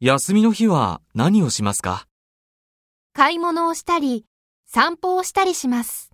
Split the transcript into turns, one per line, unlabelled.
休みの日は何をしますか
買い物をしたり、散歩をしたりします。